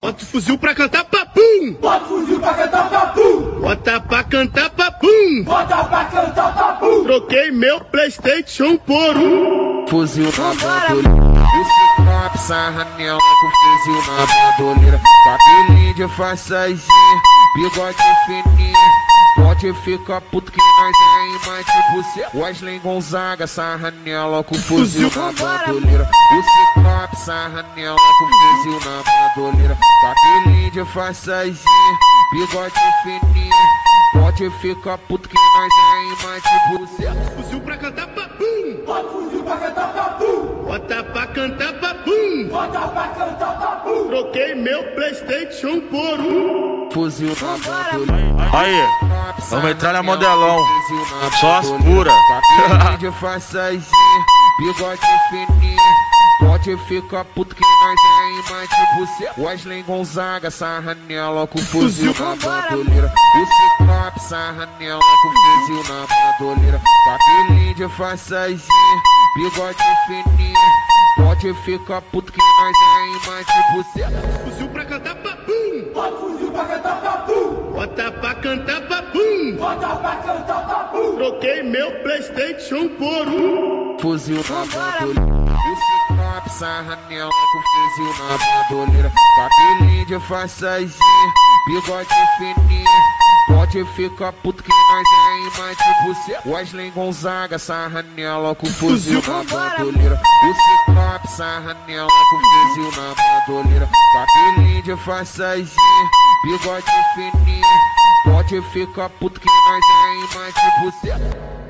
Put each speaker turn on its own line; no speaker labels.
Bota o fuzil pra cantar papum!
Bota fuzil pra cantar papum!
Bota pra cantar papum!
Bota pra cantar papum!
Troquei meu Playstation por um
fuzil na bandoleira Esse copo sarra nela com fuzil na bandoleira Cabelinho de façazinha, bigode fininho Pode ficar puto que nós é imã tipo cê Wesley Gonzaga, sarra nela com fuzil na bandoleira O Ciclope, sarra nela com fuzil na bandoleira Cabelinho de façazinha, bigode fininho Pode ficar puto que nós é imã tipo cê
Fuzil pra cantar papum
Bota fuzil pra cantar papum
Bota pra cantar papum
Bota pra cantar papum
Troquei meu Playstation por um
fuzil na bandoleira.
Aí, vamos entrar na modelão. Só as puras.
de façazinha, bigode fininho. Pode ficar puto que nós é imã tipo cê. Wesley Gonzaga, sarra nela com fuzil na bandoleira. O Ciclope, sarra nela com fuzil na bandoleira. Cabelinho de façazinha, bigode fininho. Pode ficar puto que nós é imã tipo cê.
Fuzil pra cantar papum.
Bota fuzil pra cantar papum.
Bota pra cantar papum.
Bota pra cantar papum.
Troquei meu Playstation por um
fuzil na bandoleira. O Ciclope sarra nela é com fuzil na bandoleira. Cabelinho de façazinha, bigode fininho. Pode ficar puto que nós é imã tipo cê Wesley Gonzaga, sarra nela com fuzil na bandoleira O Ciclope, sarra nela é com fuzil na bandoleira Cabelinho de façazinha, bigode fininho Pode ficar puto que nós é imã tipo cê